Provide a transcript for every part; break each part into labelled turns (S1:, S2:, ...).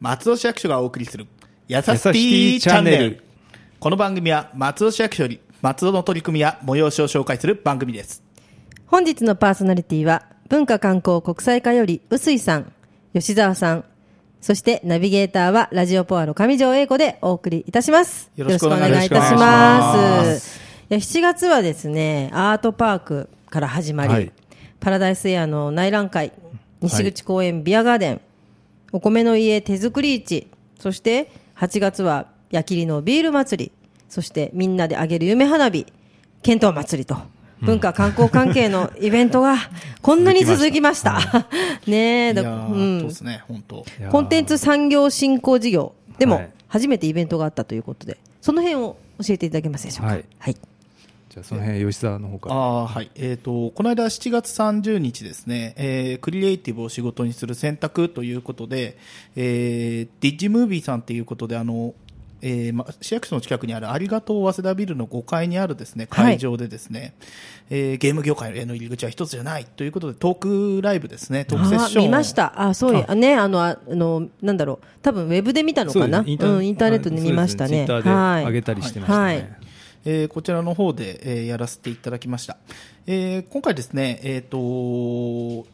S1: 松戸市役所がお送りする、やさ
S2: や
S1: し
S2: さ
S1: テ
S2: し
S1: ィ
S2: テ
S1: チ
S2: ィチ
S1: ャ
S2: ャ
S1: ン
S2: ン
S1: ネ
S2: ネ
S1: ル
S2: ル。
S1: この番組は松戸市役所より松戸の取り組みや催しを紹介する番組です。
S3: 本日のパーソナリティは文化観光国際課より臼井さん吉澤さんそしてナビゲーターはラジオポアロ上条英子でお送りいたします
S1: よろしくお願い
S3: よろたし
S1: よろしくお
S3: ま
S1: 願いします
S3: いや7月はですねアートパークから始まり、
S2: はい
S3: パラダイスエアの内覧会西口公園ビアガーデン、お米の家手作り市そして8月は矢切のビール祭りそしてみんなであげる夢花火遣唐祭りと文化観光関係のイベントがこんなに続きました。ねえ
S1: いやー、
S3: だう
S1: そうで
S3: ん、
S1: すね、本当。
S2: いやー
S3: コンテンツ産業振興事業で
S2: は
S3: も
S2: い
S3: 初めてイベントがあったということでその辺を教えていただけますでしょうか。は
S2: はいい、
S3: はい
S2: じゃあその辺吉沢の方から。
S1: ああーはいえー、とこの間7月30日ですね、えークリエイティブを仕事にする選択ということで、えーディッジムービーさんということであの、えーま、市役所の近くにあるありがとう早稲田ビルの5階にあるですね
S3: はい
S1: 会場でですね、えーゲーム業界への入り口は一つじゃないということでトークライブですねトークセッ
S3: あ
S1: ションを
S3: 見ました、あそうや、ね、あの、ああのなんだろう、多分ウェブで見たのかな、
S2: そうですねインター
S3: うん、インターネットで見ましたね、
S2: そうですツイッターで上げたりしてました
S3: はい
S2: ね。
S1: えーこちらの方で、えーやらせていただきました。えー今回ですね、えっ、と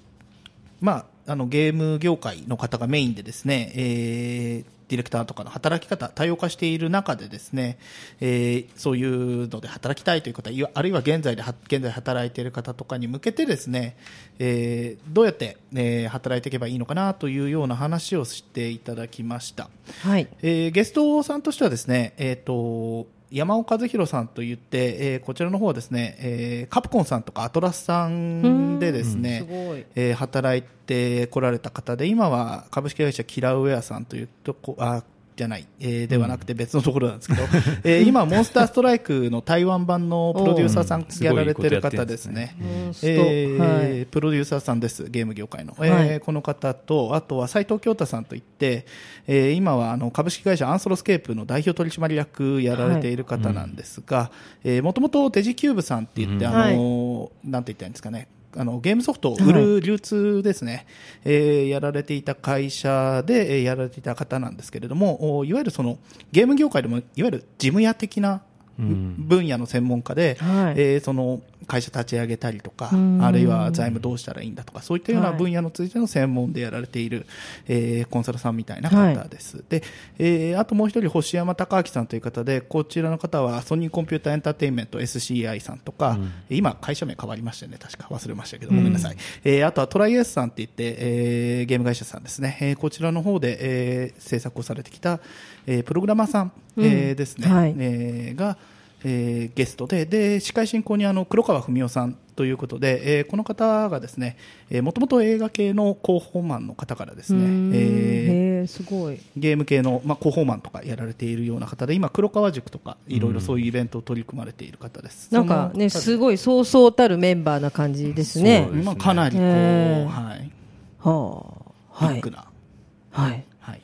S1: まあ、あのゲーム業界の方がメインでですね、えーディレクターとかの働き方、多様化している中でですね、えーそういうので働きたいという方、いわあるいは現在では、現在働いている方とかに向けてですね、えーどうやって、えー働いていけばいいのかなというような話をしていただきました。
S3: はい、
S1: えーゲストさんとしてはですね、えっ、と、山尾和弘さんといって、えーこちらの方はですね、えーカプコンさんとかアトラスさんでですね
S3: す、ごい、
S1: えー働いてこられた方で、今は株式会社キラウェアさんというとこ、あ、じゃない、えーではなくて別のところなんですけど、えー今、モンスターストライクの台湾版のプロデューサーさん
S2: おー
S1: やられてる
S2: すごいこと
S1: 方
S2: や
S1: で
S2: ってるんですす
S1: ね
S2: ね。
S3: うんスト
S1: えー
S3: はい
S1: プロデューサーさんです、ゲーム業界の、えー
S3: はい
S1: この方と、あとは斉藤京太さんといって、えー今はあの株式会社アンソロスケープの代表取締役やられている方なんですが、もともとデジキューブさんって言って、
S2: うん
S1: あのなんて言ったらいいんですかね。あのゲームソフトを売る流通ですね、えーやられていた会社で、えーやられていた方なんですけれども、おいわゆるそのゲーム業界でも、いわゆる事務屋的な
S2: うん
S1: 分野の専門家で、
S3: はい
S1: えーその会社立ち上げたりとか
S3: うん、
S1: あるいは財務どうしたらいいんだとか、そういったような
S3: はい
S1: 分野のついての専門でやられている、えーコンサルさんみたいな方です。で、えーあともう一人、星山隆明さんという方で、こちらの方はソニーコンピューターエンターテインメント SCI さんとか、今、会社名変わりましたよね、確か忘れましたけど、ごめんなさい。えーあとはトライエースさんって言って、えーゲーム会社さんですね、えーこちらの方で、えー制作をされてきた、えープログラマーさん、
S3: うん
S1: えーですね、
S3: はい
S1: えーが、えーゲストでで司会進行にあの黒川文夫さんということで、えーこの方がですねもともと映画系の広報マンの方からですね、
S3: うん
S1: えー
S3: へーすごい、
S1: ゲーム系の、まあ、広報マンとかやられているような方で今、黒川塾とかいろいろそういうイベントを取り組まれている方です。
S3: なんかね、すごいそうそうたるメンバーな感じですね
S2: そう。ですね
S1: まあ、かなりこう、
S3: へー
S1: はい、
S3: はあ、は
S1: ビッ
S3: い
S1: グ、な、
S3: はい、
S1: はい、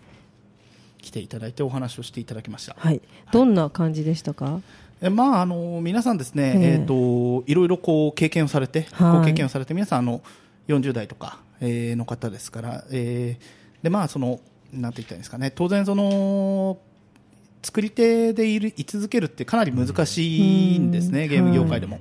S1: 来ていただいてお話をしていただきました。
S3: はい、どんな感じでしたか。
S1: えまあ、あの皆さんですね、
S3: ええ
S1: えー、といろいろこう経験をされて、
S3: はい
S1: ご経験をされて皆さんあの40代とか、えーの方ですから、えーでまあ、そのなんて言ったらいいんですかね当然その作り手でいる居続けるってかなり難しいんですね、
S3: うん
S1: ゲーム業界でも。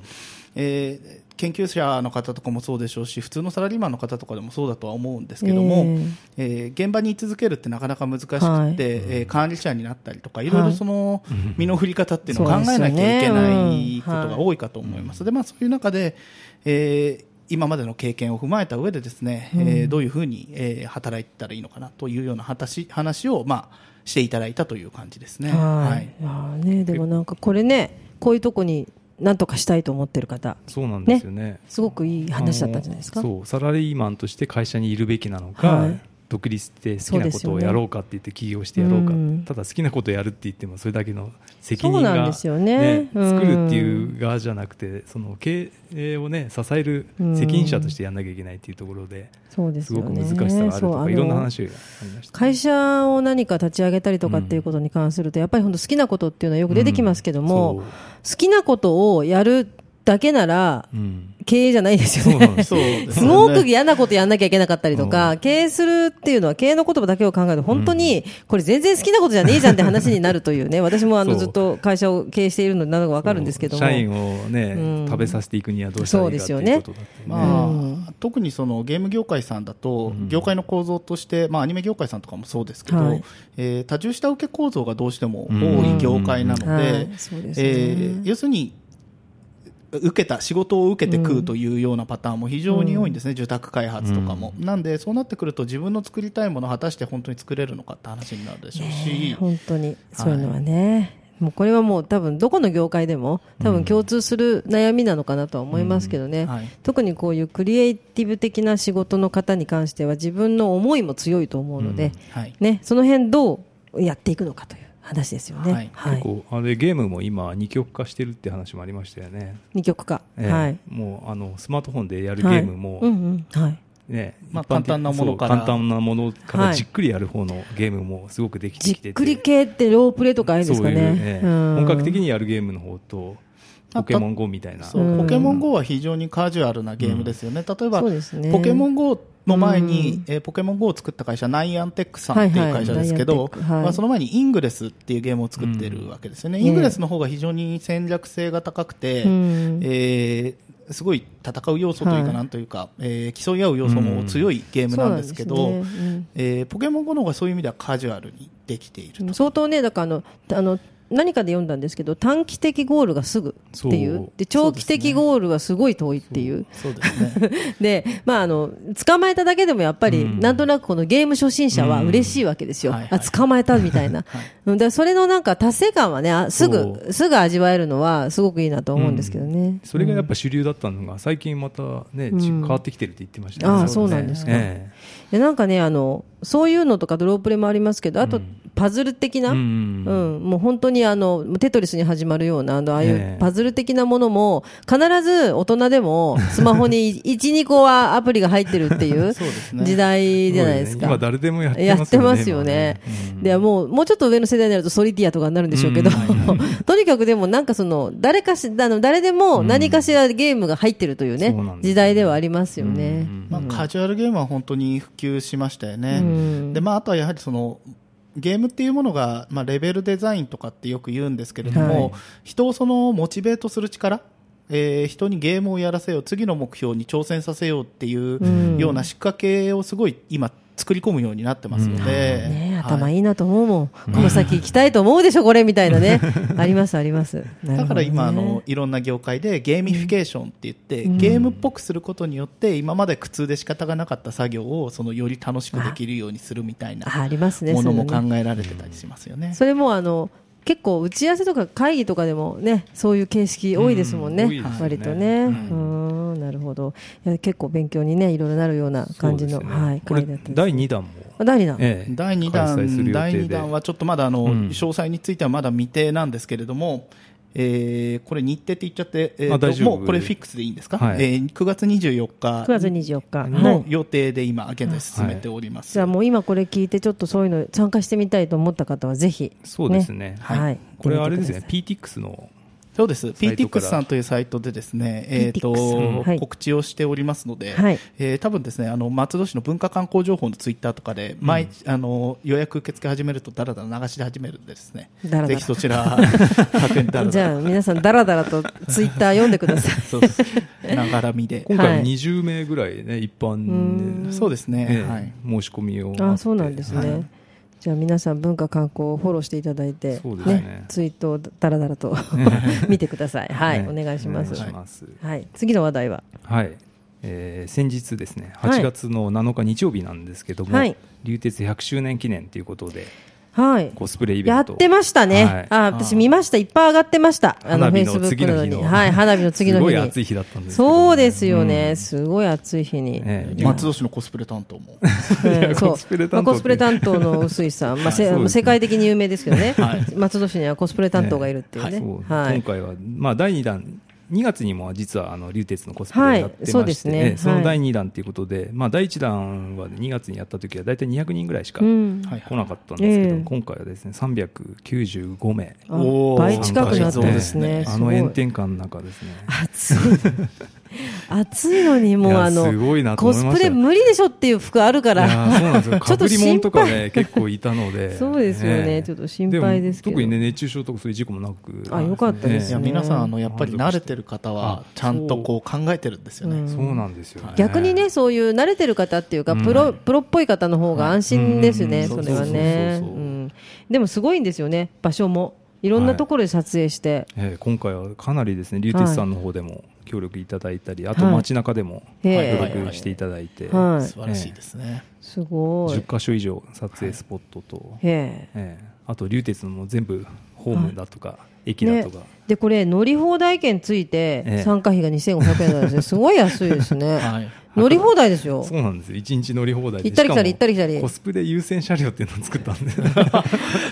S1: えー研究者の方とかもそうでしょうし普通のサラリーマンの方とかでもそうだとは思うんですけども、えー現場に居続けるってなかなか難しくて、
S3: はい
S1: えー管理者になったりとかいろいろ
S3: はい
S1: その身の振り方っていうのを考えなきゃいけないことが多いかと思います。でまあ、そういう中で、えー今までの経験を踏まえた上でですね、えーどういうふうに、えー働いたらいいのかなというような話話を、まあ、していただいたという感じですね。
S3: はい、ああね、でもなんかこれね、こういうとこになんとかしたいと思ってる方、
S2: そうなんですよね。
S3: すごくいい話だったんじゃないですか。
S2: あのそうサラリーマンとして会社にいるべきなのか、
S3: はい
S2: 独立して好きなこと
S3: そうで
S2: を
S3: すよね
S2: やろうかって言って起業してやろうか
S3: うん
S2: ただ好きなことをやるって言ってもそれだけの責任
S3: そうなん
S2: が、
S3: ですよねうん
S2: 作るっていう側じゃなくてその経営を、ね、支える責任者としてやんなきゃいけないっていうところで
S3: そうです
S2: す
S3: よ
S2: ごく
S3: ね。
S2: 難しさがあると
S3: そう
S2: か、
S3: の
S2: いろんな話がありました。
S3: 会社を何か立ち上げたりとかっていうことに関すると、やっぱり本当好きなことっていうのはよく出てきますけども、
S2: うん
S3: 好きなことをやるだけなら
S2: そううん
S3: 経営じゃないですよ
S2: そうなん
S3: ね
S2: です
S1: そうです
S3: ごく嫌なことやんなきゃいけなかったりとか、経営するっていうのは経営の言葉だけを考えると、本当にこれ全然好きなことじゃねえじゃんって話になるというね、私もあの
S2: そう
S3: ずっと会社を経営しているので、なのがわかるんですけども。
S2: 社員をね、
S3: うん
S2: 食べさせていくにはどうしたらいいかっていうことだってね
S1: まあ特にそのゲーム業界さんだと、業界の構造として、まあ、アニメ業界さんとかもそうですけど、
S3: はい
S1: えー多重下請け構造がどうしても
S2: うん
S1: 多い業界なので、
S3: はいそうですね
S1: えー要するに受けた仕事を受けて食うというようなパターンも非常に多いんですね、住宅開発とかも、なんでそうなってくると自分の作りたいものを果たして本当に作れるのかって話になるでしょうし、
S3: 本当にそういうのはね、もうこれはもう多分どこの業界でも多分共通する悩みなのかなとは思いますけどね、
S1: うんはい
S3: 特にこういうクリエイティブ的な仕事の方に関しては自分の思いも強いと思うので、
S1: はい
S3: ね、その辺どうやっていくのかという話ですよね。は
S1: はいい
S2: 結構あれゲームも今二極化してるって話もありましたよね、
S3: 二極化、
S2: ええ
S3: はい
S2: もうあのスマートフォンでやるゲ
S3: はい
S2: ームも、
S3: うんうんはい、
S2: ね
S1: まあ
S2: 一般的
S1: 簡単なものから
S2: そう簡単なものか
S3: は
S2: ら
S3: い
S2: じっくりやる方のゲームもすごくできて
S3: じ
S2: きてて
S3: っくり系ってロープレイとかあれですかね
S2: そういうね
S3: うん
S2: 本格的にやるゲームの方と
S1: あ
S2: ポケモン GO みたいな
S1: そう
S3: うん
S1: ポケモン GO は非常にカジュアルなゲームですよね、例えば、
S3: そうですね
S1: ポケモン GO の前に、えーポケモン GO を作った会社、ナイアンテックさんって
S3: はい
S1: い
S3: は
S1: う
S3: い
S1: 会社ですけ
S3: ナイアン
S1: ど
S3: テッ、クはい
S1: まあ、その前にイングレスっていうゲームを作ってるわけですよね、
S3: うん
S1: イングレスの方が非常に戦略性が高くて、
S3: うん
S1: えーすごい戦う要素という
S3: は
S1: か、
S3: い
S1: なんというか、えー競い合う要素も強いゲームなんですけど、
S3: そうなんですねうん
S1: えーポケモン GO の方がそういう意味ではカジュアルにできていると。
S3: 相当ねだからあのあの何かで読んだんですけど短期的ゴールがすぐってい
S2: そうう
S3: で長期的ゴールはすごい遠いっていう。
S1: そうですね
S3: で、まあ、あの捕まえただけでもやっぱり、
S2: うん
S3: なんとなくこのゲーム初心者は嬉しいわけですよ、
S1: はいはい
S3: あ捕まえたみたいな、うんだからそれのなんか達成感はねあす
S2: そ
S3: ぐすぐ味わえるのはすごくいいなと思うんですけどね、
S2: それがやっぱ主流だったのが最近またね、ち変わってきてるって言ってました
S3: ああ
S2: そう
S3: そうなんですか
S2: え
S3: でなんかねあのそういうのとかドロープレもありますけどあとパズル的な、
S2: え
S3: う
S2: うんん
S3: もう本当にあのテトリスに始まるようなあのああい
S2: え
S3: う
S2: え
S3: パズル的なものも必ず大人でもスマホに12個はアプリが入ってるっていう
S1: そうですね
S3: 時代じゃないです
S2: ごね
S3: か
S2: 今。誰でもやって
S3: や
S2: ま
S3: っ
S2: すよ
S3: て
S2: ね
S3: ますよね。でもう、もうちょっと上の世代になるとソリティアとかになるんでしょうけど、 とにかくでもなんかその、誰かし、あの、誰でも何かしらゲームが入ってるというね、
S2: そうなんですよ
S3: 時代ではありますよね。
S1: まあ、カジュアルゲームは本当に普及しましたよね、でまあ、あとはやはりそのゲームっていうものが、まあ、レベルデザインとかってよく言うんですけれども、
S3: はい
S1: 人をそのモチベートする力えー人にゲームをやらせよう次の目標に挑戦させようっていうような仕掛けをすごい今作り込むようになってますので、
S3: ね、
S1: はい
S3: 頭いいなと思うもん、この先行きたいと思うでしょ、これみたいなね、あります、あります、な
S1: だ
S3: るほ
S1: か
S3: ど
S1: ら
S3: ね
S1: 今あの、いろんな業界でゲーミフィケーションって言って、ゲームっぽくすることによって今まで苦痛で仕方がなかった作業をそのより楽しくできるようにするみたいな
S3: あありますね、
S1: もの
S3: そういう
S1: も
S3: のね
S1: 考えられてたりしますよね。
S3: それもあの結構、打ち合わせとか会議とかでもね、そういう形式多いですもんね、
S2: うん多いですよね
S3: 割とね、う、
S2: うん
S3: んなるほどいや、結構勉強にね、いろいろなるような感じ
S2: そう
S3: の、
S2: ですね
S3: はい、
S2: これ
S3: 会だったんです
S2: 第二弾も
S3: あダリナ、
S2: ええ
S1: 第2
S2: 開催
S1: 弾
S2: する予
S1: 第
S2: 定で
S1: 2弾はちょっとまだあの、
S2: ん
S1: 詳細についてはまだ未定なんですけれども、えーこれ日程って言っちゃって、えー
S2: あ
S1: と
S2: 大丈夫
S1: もうこれフィックスでいいんですか、
S2: はい
S1: えー ?9 月24
S3: 9月
S1: 日
S3: 24日、は
S1: の
S3: い、
S1: 予定で今、現在進めております。
S3: じゃあもう今これ聞いて、ちょっとそういうの参加してみたいと思った方は、ぜひ、
S2: そうですね
S3: はい、
S1: はい
S2: これあれです
S3: やっ
S2: ね
S3: て
S2: PTX の
S1: そうです。
S2: サイトか
S1: PTX
S2: ら
S1: さんというサイトでですね、えっ、
S3: PTX
S1: と、
S3: はい
S1: 告知をしておりますので、
S3: はい
S1: えー多分ですね、あの、松戸市の文化観光情報のツイッターとかで、毎、あの、予約受付始めるとだらだら流しで始めるんでですね、
S3: だらだら
S1: ぜひそち ら、確認だら
S3: じ
S1: だ
S3: ゃあ皆さん、だらだらとツイッター読んでください。
S1: ら、ながらみで。
S2: 今回
S3: はい
S2: も20名ぐらいね一般
S3: ん
S2: で
S1: そうですね、
S2: ええ
S1: はい。
S2: 申し込みを
S3: あそうなんですね、
S2: はい
S3: じゃあ皆さん文化観光をフォローしていただいて、
S2: そうですね
S3: ツイートをだらだ らと見てください、はい
S2: ね
S3: お願いします、
S2: お願い
S3: は
S2: します
S3: い次の話題は
S2: はい、えー先日ですね
S3: はい
S2: 8月の7日日曜日なんですけども、
S3: はい
S2: 流鉄100周年記念ということで
S3: はい
S2: コスプレイベ
S3: や
S2: ン
S3: っ
S2: トを
S3: てましたね、
S2: はい
S3: あ私見ましたいっぱい上がってましたあ
S2: 花火の
S3: Facebook
S2: 次の日の
S3: なにはい、花火の次の日に
S2: すごい暑い日だったんですけど
S3: そうですよね、すごい暑い日に、
S2: ええ
S1: 松戸市のコスプレ担当も。
S2: いや
S3: そう
S2: コスプレ担当って
S3: まあコスプレ担当の臼井さん、まあせ
S2: そうですね
S3: 世界的に有名ですけどね、
S1: はい
S3: 松戸市にはコスプレ担当がいるっていうね、
S2: そう
S3: はい
S2: 今回は、まあ、第2弾2月にも実はあの流鉄のコスプレやってまして、
S3: はいそうですね
S2: ええそ
S3: はい
S2: の第2弾ということで、まあ、第1弾は2月にやった時は大体200人ぐらいしか
S3: う
S2: 来
S3: ん
S1: はいはい
S2: なかったんですけど、
S3: ええ
S2: 今回はですね395名
S3: あ
S1: おー
S3: 倍近くなって
S1: そう
S3: ま
S1: ですす
S3: ね。
S1: ね
S2: あの炎
S3: す
S2: 天下の中ですね
S3: ごい暑い。暑いのにもう
S2: いや
S3: あの
S2: すごいなと
S3: コ
S2: 思い
S3: ス
S2: ま
S3: プ
S2: した
S3: レ
S2: よ
S3: 無理でしょっていう服あるか
S2: いやーそうなん
S3: ら
S2: ですよ。
S3: ちょ
S2: か
S3: っと
S2: ぶりもんとか ね、
S3: 心配
S2: 結構いたので。
S3: そうですよねちょっと心配ですけど
S2: も特にね、熱中症とかそういう事故もなく。
S3: あよかったで
S1: い
S3: すね
S1: や皆さんあのやっぱり慣れてる方
S2: あ
S1: はちゃんとこう考えてるんですよね、
S3: うん
S2: そうなんですよ、ね。
S3: 逆にねそういう慣れてる方っていうか、プロプロっぽい方の方が安心ですよ
S2: うん
S3: ね、
S2: うん
S3: そ
S2: うん
S3: れはね
S2: そうそうそうそう
S3: うんでもすごいんですよね場所もいろんなところで撮影して、
S2: えー今回はかなりですね、リュウテツさんの方でも協力いただいたり、あと街中でも協
S3: はい
S2: 力していただいて、
S3: はいはいはい
S1: 素晴らしいですね、
S3: すごい
S2: 10箇所以上撮影スポットと、
S3: へ
S2: ええあと流鉄のも全部ホームだとか、
S3: え
S2: 駅だ
S3: ね
S2: とか、、
S3: でこれ乗り放題券ついて
S2: え
S3: 参加費が2500円な んですねすごい安いですね、
S1: はい
S3: 乗り放題ですよ
S2: そうなんですよ一日乗り放題で
S3: 行った
S2: し
S3: り来たり
S2: かも
S3: 行ったり来たり
S2: コスプレ優先車両っていうのを作ったんで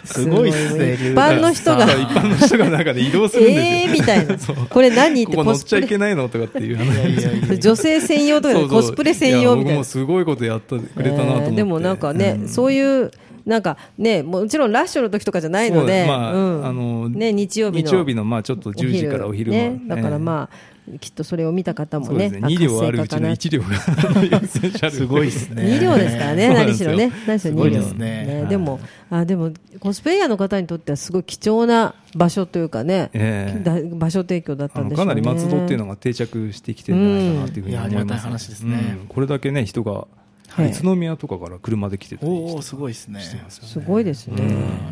S1: すごいですね
S3: 一般の人が
S1: 龍
S2: 一般の人が中で移動するんですよ、
S3: えーみたいな
S2: そう
S3: これ何って
S2: ここ乗
S3: コ
S2: っ
S3: ス
S2: ちゃ
S3: プ
S2: いけ
S3: レ
S2: ないのとかっていう話
S1: いやいやいや
S3: 女性専用とか
S2: そ
S3: で
S2: うそう
S3: コスプレ専用み
S2: や僕
S3: たいな
S2: もすごいことやってくれたなと思って、
S3: えーでもなんかね、そういうなんかねもちろんラッシュの時とかじゃないので、
S2: そうまあ
S3: うん
S2: あの
S3: ね日曜日の
S2: 日曜日のまあちょっと10時からお昼間
S3: ね、だから
S2: あ、
S3: まあ、きっとそれを見た方も
S2: そうで
S3: ね
S2: すね2両あるうちの1両が優先車両
S1: すごいですね
S3: 2両ですからね、
S2: そうなんで
S3: 何
S2: す
S3: し
S2: よ
S3: ろね、何しろ2
S1: す
S3: 両
S1: ごいですね
S2: はい
S3: でも、あでもコスプレイヤーの方にとってはすごい貴重な場所というかね、
S2: ええ
S3: だ場所提供だった
S2: あ
S3: ん
S2: の
S3: でしょ
S2: か
S3: うね。
S2: なり松戸っていうのが定着してきてるんじゃないかなっていうふうに
S1: うん
S2: 思います、
S1: いやありがたい話ですね
S2: うんこれだけね人が、
S3: はい
S2: 宇都宮とかから車で来てたり
S1: おお
S2: し
S1: すごいですね
S2: てますよね
S3: すごいですね。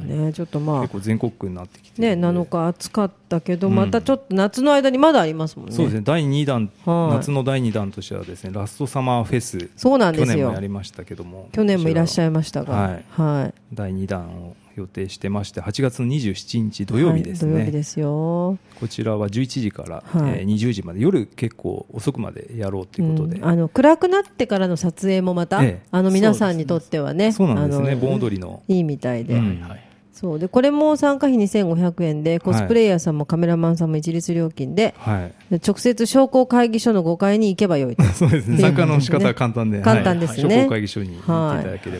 S3: ね、ちょっとまあ
S2: 結構全国区になってきて
S3: ね、
S2: るんで
S3: 7日暑かったけど、またちょっと夏の間にまだありますもんね。
S2: そうですね第2弾、
S3: はい
S2: 夏の第2弾としてはですねラストサマーフェス
S3: そうなんですよ
S2: 去年もやりましたけども
S3: 去年もいらっしゃ
S2: い
S3: いましたが、
S2: は
S3: はい
S2: い、第2弾を予定してまして8月27日土
S3: 土
S2: 曜日ですね、
S3: 土曜日ですよ。
S2: こちらは11時から、
S3: はい
S2: えー20時まで夜結構遅くまでやろうということで、
S3: うんあの暗くなってからの撮影もまた、
S2: ええ
S3: あの皆さんにとってはね、
S2: そうなんですね
S3: あの
S2: 盆踊りの
S3: いいみたいで、
S2: うん
S1: はい
S3: そうでこれも参加費2500円で、コスプレイヤーさんもカメラマンさんも一律料金で、
S2: はい
S3: 直接商工会議所の5階に行けばよいと。い
S2: そうですね。参加の仕方は簡単で、
S3: ね簡単ですね
S2: はい商工会議所に行っていただければ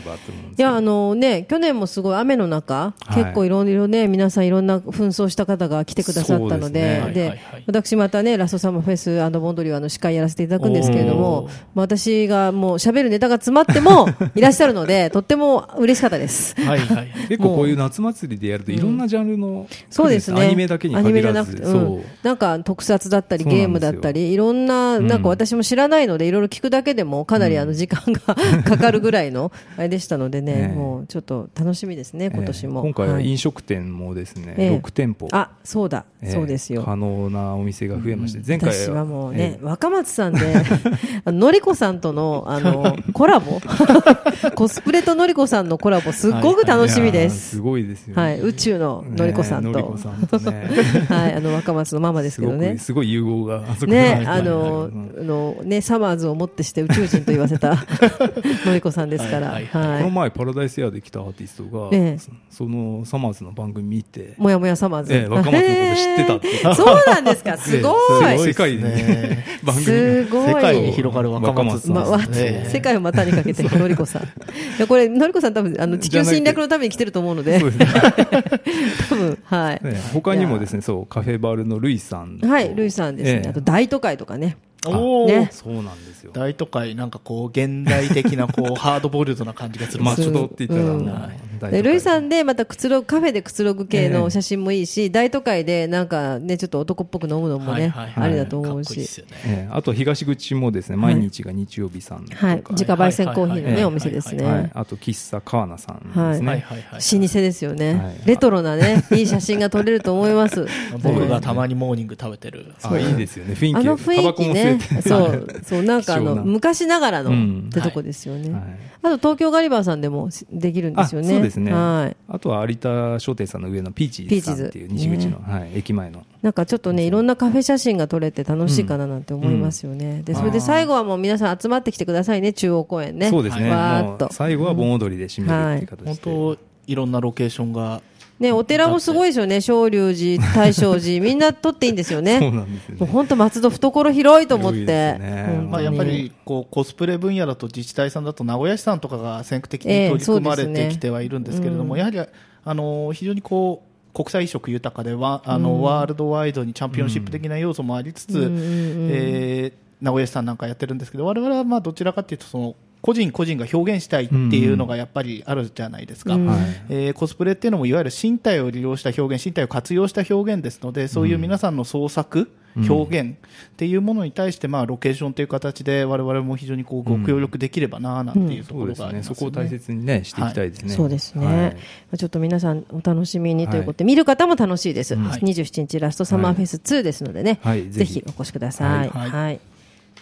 S2: と思うんですけど。
S3: やあのね、去年もすごい雨の中、
S2: はい
S3: 結構いろいろね、皆さんいろんな紛争した方が来てくださった
S2: そうで
S3: ので、
S2: すね
S1: は
S3: で
S1: いはいはい
S3: 私またね、ラストサマーフェスボンドリーはあの司会やらせていただくんですけれども、まあ私がもう喋るネタが詰まって もいらっしゃるので、とっても嬉しかったです。
S1: はいはい
S2: 結構こういう夏祭りでやるといろんなジャンルの、
S3: そうですね。
S2: アニメだけに
S3: アニメ
S2: 限
S3: じゃ
S2: ら
S3: なく
S2: ず、
S3: て、。
S2: そううん
S3: なんか特撮だったり、
S2: そうなんです
S3: ゲ
S2: よ
S3: ームだったり、いろんな、なんか私も知らないので、いろいろ聞くだけでも、かなりあの時間が かかるぐらいの、あれでしたのでね、
S2: ええ
S3: もうちょっと楽しみですね、今年
S2: ええ
S3: も。
S2: 今回は
S3: はい
S2: 飲食店もですね、
S3: ええ
S2: 6店舗、
S3: あ、そうだ、
S2: ええ
S3: そうですよ。
S2: 可能なお店が増えまして、前回
S3: 私はもう
S2: え
S3: ね
S2: え、
S3: 若松さん で、あののりこさんとの、あの、コラボ コスプレとのりこさんのコラボ、すっごく楽しみで
S2: いやーす
S3: す。
S2: ごいですよね。
S3: はい、宇宙ののりこさん、
S2: ねのりことさんとね
S3: はい、あの若松のママです
S2: す
S3: けど
S2: ご
S3: ね
S2: く、。すごい融合が、あそこに入って
S3: ね、
S2: る
S3: あの、あの、ね、サマーズをもってして宇宙人と言わ せた。のりこさんですから、は
S1: はいい
S2: この前、パラダイスエアで来たアーティストが、
S3: ええ
S2: そそのサマーズの番組見て、
S3: もやもやサマーズ。
S2: ええ若松のこと知ってたって
S3: へーそうなんですか、すご
S2: ええ
S3: い。
S2: 世界に、
S1: ね
S2: 番組が
S3: すごい。
S1: 世界に広がる若松さん
S3: まわ
S1: ですね
S3: 世界を股にかけて、のりこさん。いや、これ、のりこさん、多分、あの、地球侵略のために来てると思うので
S2: そう。です ね
S3: 多分、はい。
S2: ね他にもですね、そう、カフェバルのルイさんと。
S3: はい、ルイさんですね
S2: え。え
S3: あと、大都会とかね。
S1: おお、
S3: ね
S2: そうなんですよ。
S1: 大都会なんかこう現代的なこうハードボイルドな感じがする、
S2: まあ、
S1: す
S2: ちょっとって言ったら
S3: うん
S2: もう大都
S3: で
S2: 会、
S3: ルイさんでまたくつろぐカフェでくつろぐ系の写真もいいし、大都会でなんかねちょっと男っぽく飲むのもね、あれだと思う
S1: かっこいいっ
S3: し
S1: すよね
S2: ええあと東口もですね、毎日が日曜日さんとか、
S3: はい、自家焙煎コーヒーのね、
S1: はいはいはい
S3: お店ですね、
S2: はいあと喫茶カーナさん
S3: は
S2: で
S3: い
S2: すね。
S1: はいはいはい
S3: 老舗ですよね、
S2: はい
S3: レトロ なねいい写真が撮れると思います
S1: 僕がたまにモーニング食べてる
S2: あいいですよね、雰囲気。
S3: あの雰
S2: タ
S3: 囲
S2: バコ
S3: 気
S2: も吸え
S3: ね
S2: て、
S3: そうそうなんかあの
S2: 貴重な
S3: 昔ながらの、
S2: うん
S3: ってとこですよね、
S2: はい
S3: あと東京ガリバーさんでもできるんですよね
S2: あそうですね。
S3: はい
S2: あとは有田商店さんの上のピーチーズさんっていう
S3: ピーチ
S2: 西
S3: ーズ
S2: 口の、はい、駅前の。
S3: なんかちょっとねいろんなカフェ写真が撮れて楽しいかななんて思いますよね、でそれで最後はもう皆さん集まってきてくださいね中央公園ね
S2: そうですね。
S3: わー
S2: も
S3: っ
S2: う
S3: と
S2: 最後は盆踊りで締めるっていう形で。
S1: 本当いろんなロケーションが
S3: ね、お寺もすごいですよね、昇龍寺、 大正寺、みんな撮っていいんですよね。
S2: そうなんですよね
S3: もう本当、松戸、懐広いと思って、
S2: 広いですね
S3: 本当に
S1: まあ、やっぱりこうコスプレ分野だと自治体さんだと名古屋市さんとかが先駆的に取り組まれてきてはいるんですけれども、やはりあの非常にこう国際移植豊かではあの、ワールドワイドにチャンピオンシップ的な要素もありつつ、えー名古屋市さんなんかやってるんですけど、我々はまあどちらかというと、その、個人個人が表現したいっていうのがやっぱりあるじゃないですか。
S3: うん
S2: はい
S1: えーコスプレっていうのもいわゆる身体を利用した表現身体を活用した表現ですのでそういう皆さんの創作、
S2: うん
S1: 表現っていうものに対して、まあ、ロケーションという形で我々も非常にこうご協力できればなあなんていうと
S2: そ
S1: こ
S2: う
S1: ろ
S2: です
S1: があり
S2: ね。
S1: ます
S2: そ
S1: よね
S2: こを大切にね、していきたいですね。
S3: そうですね、
S2: はい
S3: まあちょっと皆さんお楽しみにということで、見る方も楽しいです、
S1: はい
S3: 27日ラストサマーフェス2ですのでね、
S2: はい
S3: ぜ
S2: ぜ
S3: ひ
S2: ひ
S3: お越しください、
S1: は
S3: はいい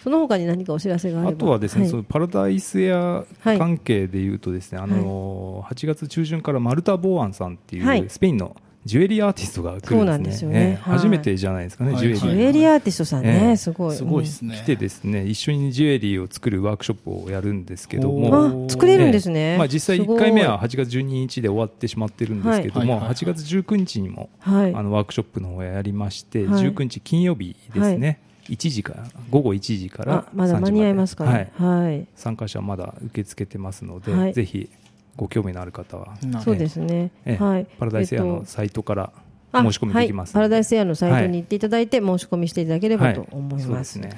S3: その他に何かお知らせがあれば
S2: あとはですね、そ
S3: い、
S2: のパラダイスエア関係でいうとですね、あの8月中旬からマルタ・ボーアンさんって
S3: はいいう
S2: スペインのジュエリーアーティストが来
S3: そう
S2: る
S3: なんん
S2: で
S3: ですす
S2: ね
S3: よね
S2: ええ
S3: はい
S2: 初めてじゃないですかね、
S1: はい
S2: ジュエリ
S3: ジ
S2: ー、
S3: ュエリーアーティストさんね、
S2: ええ
S3: すごい
S1: すごいですね、
S2: 来てですね一緒にジュエリーを作るワークショップをやるんですけど
S3: うん
S2: も、
S1: おー
S3: あ作れるんですね、
S2: ええまあ、実際
S3: すご
S2: 1
S3: い
S2: 回目は8月12日で終わってしまってるんですけども、
S1: はいはいはい
S2: 8月19日にも
S3: はい
S2: あのワークショップの方をやりまして、
S3: はい
S2: 19日金曜日ですね、1時から午後1時から3時ま
S3: あま
S2: で
S3: だ間に合いますから、
S2: はい
S3: はい
S2: 参加者はまだ受け付けてますので、
S3: はい
S2: ぜひご興味のある方は、
S1: なるほど
S3: そうですね、
S2: ええ
S3: はい、
S2: パラダイスエア
S3: えっ
S2: の
S3: と
S2: サイトから
S3: あ
S2: 申し込みできます
S3: は
S2: の
S3: い、パラ
S2: で、
S3: ダイスエアのサイトに行っていただいて申し込みしていただければと思い
S2: そう
S3: ま,、
S2: ですすね、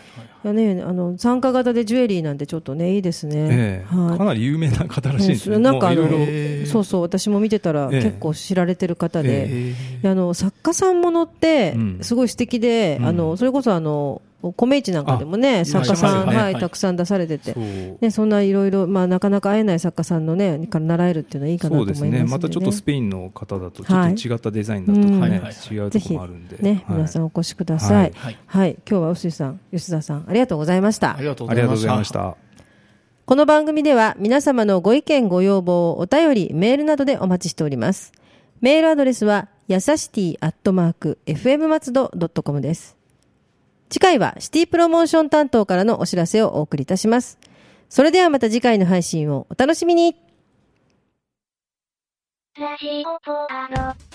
S3: いやね、あの参加型でジュエリーなんてちょっとねいいですね
S2: え。え
S3: はい
S2: かなり有名な方らしいんですよ
S3: うん
S2: ね、
S3: なんかあ
S2: もう
S3: の
S2: いろいろ
S1: えー
S3: そうそう私も見てたら
S2: ええ
S3: 結構知られてる方で、
S1: え
S3: であの作家さんものって
S2: うん
S3: すごい素敵で、
S2: うん
S3: あのそれこそあの米市なんかでもね
S2: あ
S3: 作家さん、
S1: いらっしゃいますよね
S3: は
S1: はい
S3: い、たくさん出されてて
S2: そ。う
S3: ね、そんないろいろ、まあ、なかなか会えない作家さんのね、から習えるっていうのはいいかなと
S2: そうで
S3: 思います
S2: す
S3: んで
S2: ね
S3: ね。
S2: またちょっとスペインの方だとちょっと違ったデザインだとか
S1: はい
S2: ね、
S1: うん
S2: 違う
S3: ぜ
S2: と
S3: ひ
S2: こもあるんで、
S3: ね、
S2: はい
S3: 皆さんお越しください。は
S1: はいい、
S3: 今日は臼井さん、吉田さん、ありがとうございました
S1: あり。がとう
S2: あ
S1: ご
S2: り
S1: ざ
S2: が
S1: いま
S2: とうご
S1: し
S2: ざい
S1: た
S2: ました
S3: この番組では皆様のご意見ご要望お便りメールなどでお待ちしておりますメールアドレスはやさしティアットマーク FM 松戸ドットコムです次回はシティプロモーション担当からのお知らせをお送りいたしますそれではまた次回の配信をお楽しみに
S4: ラジオポアド。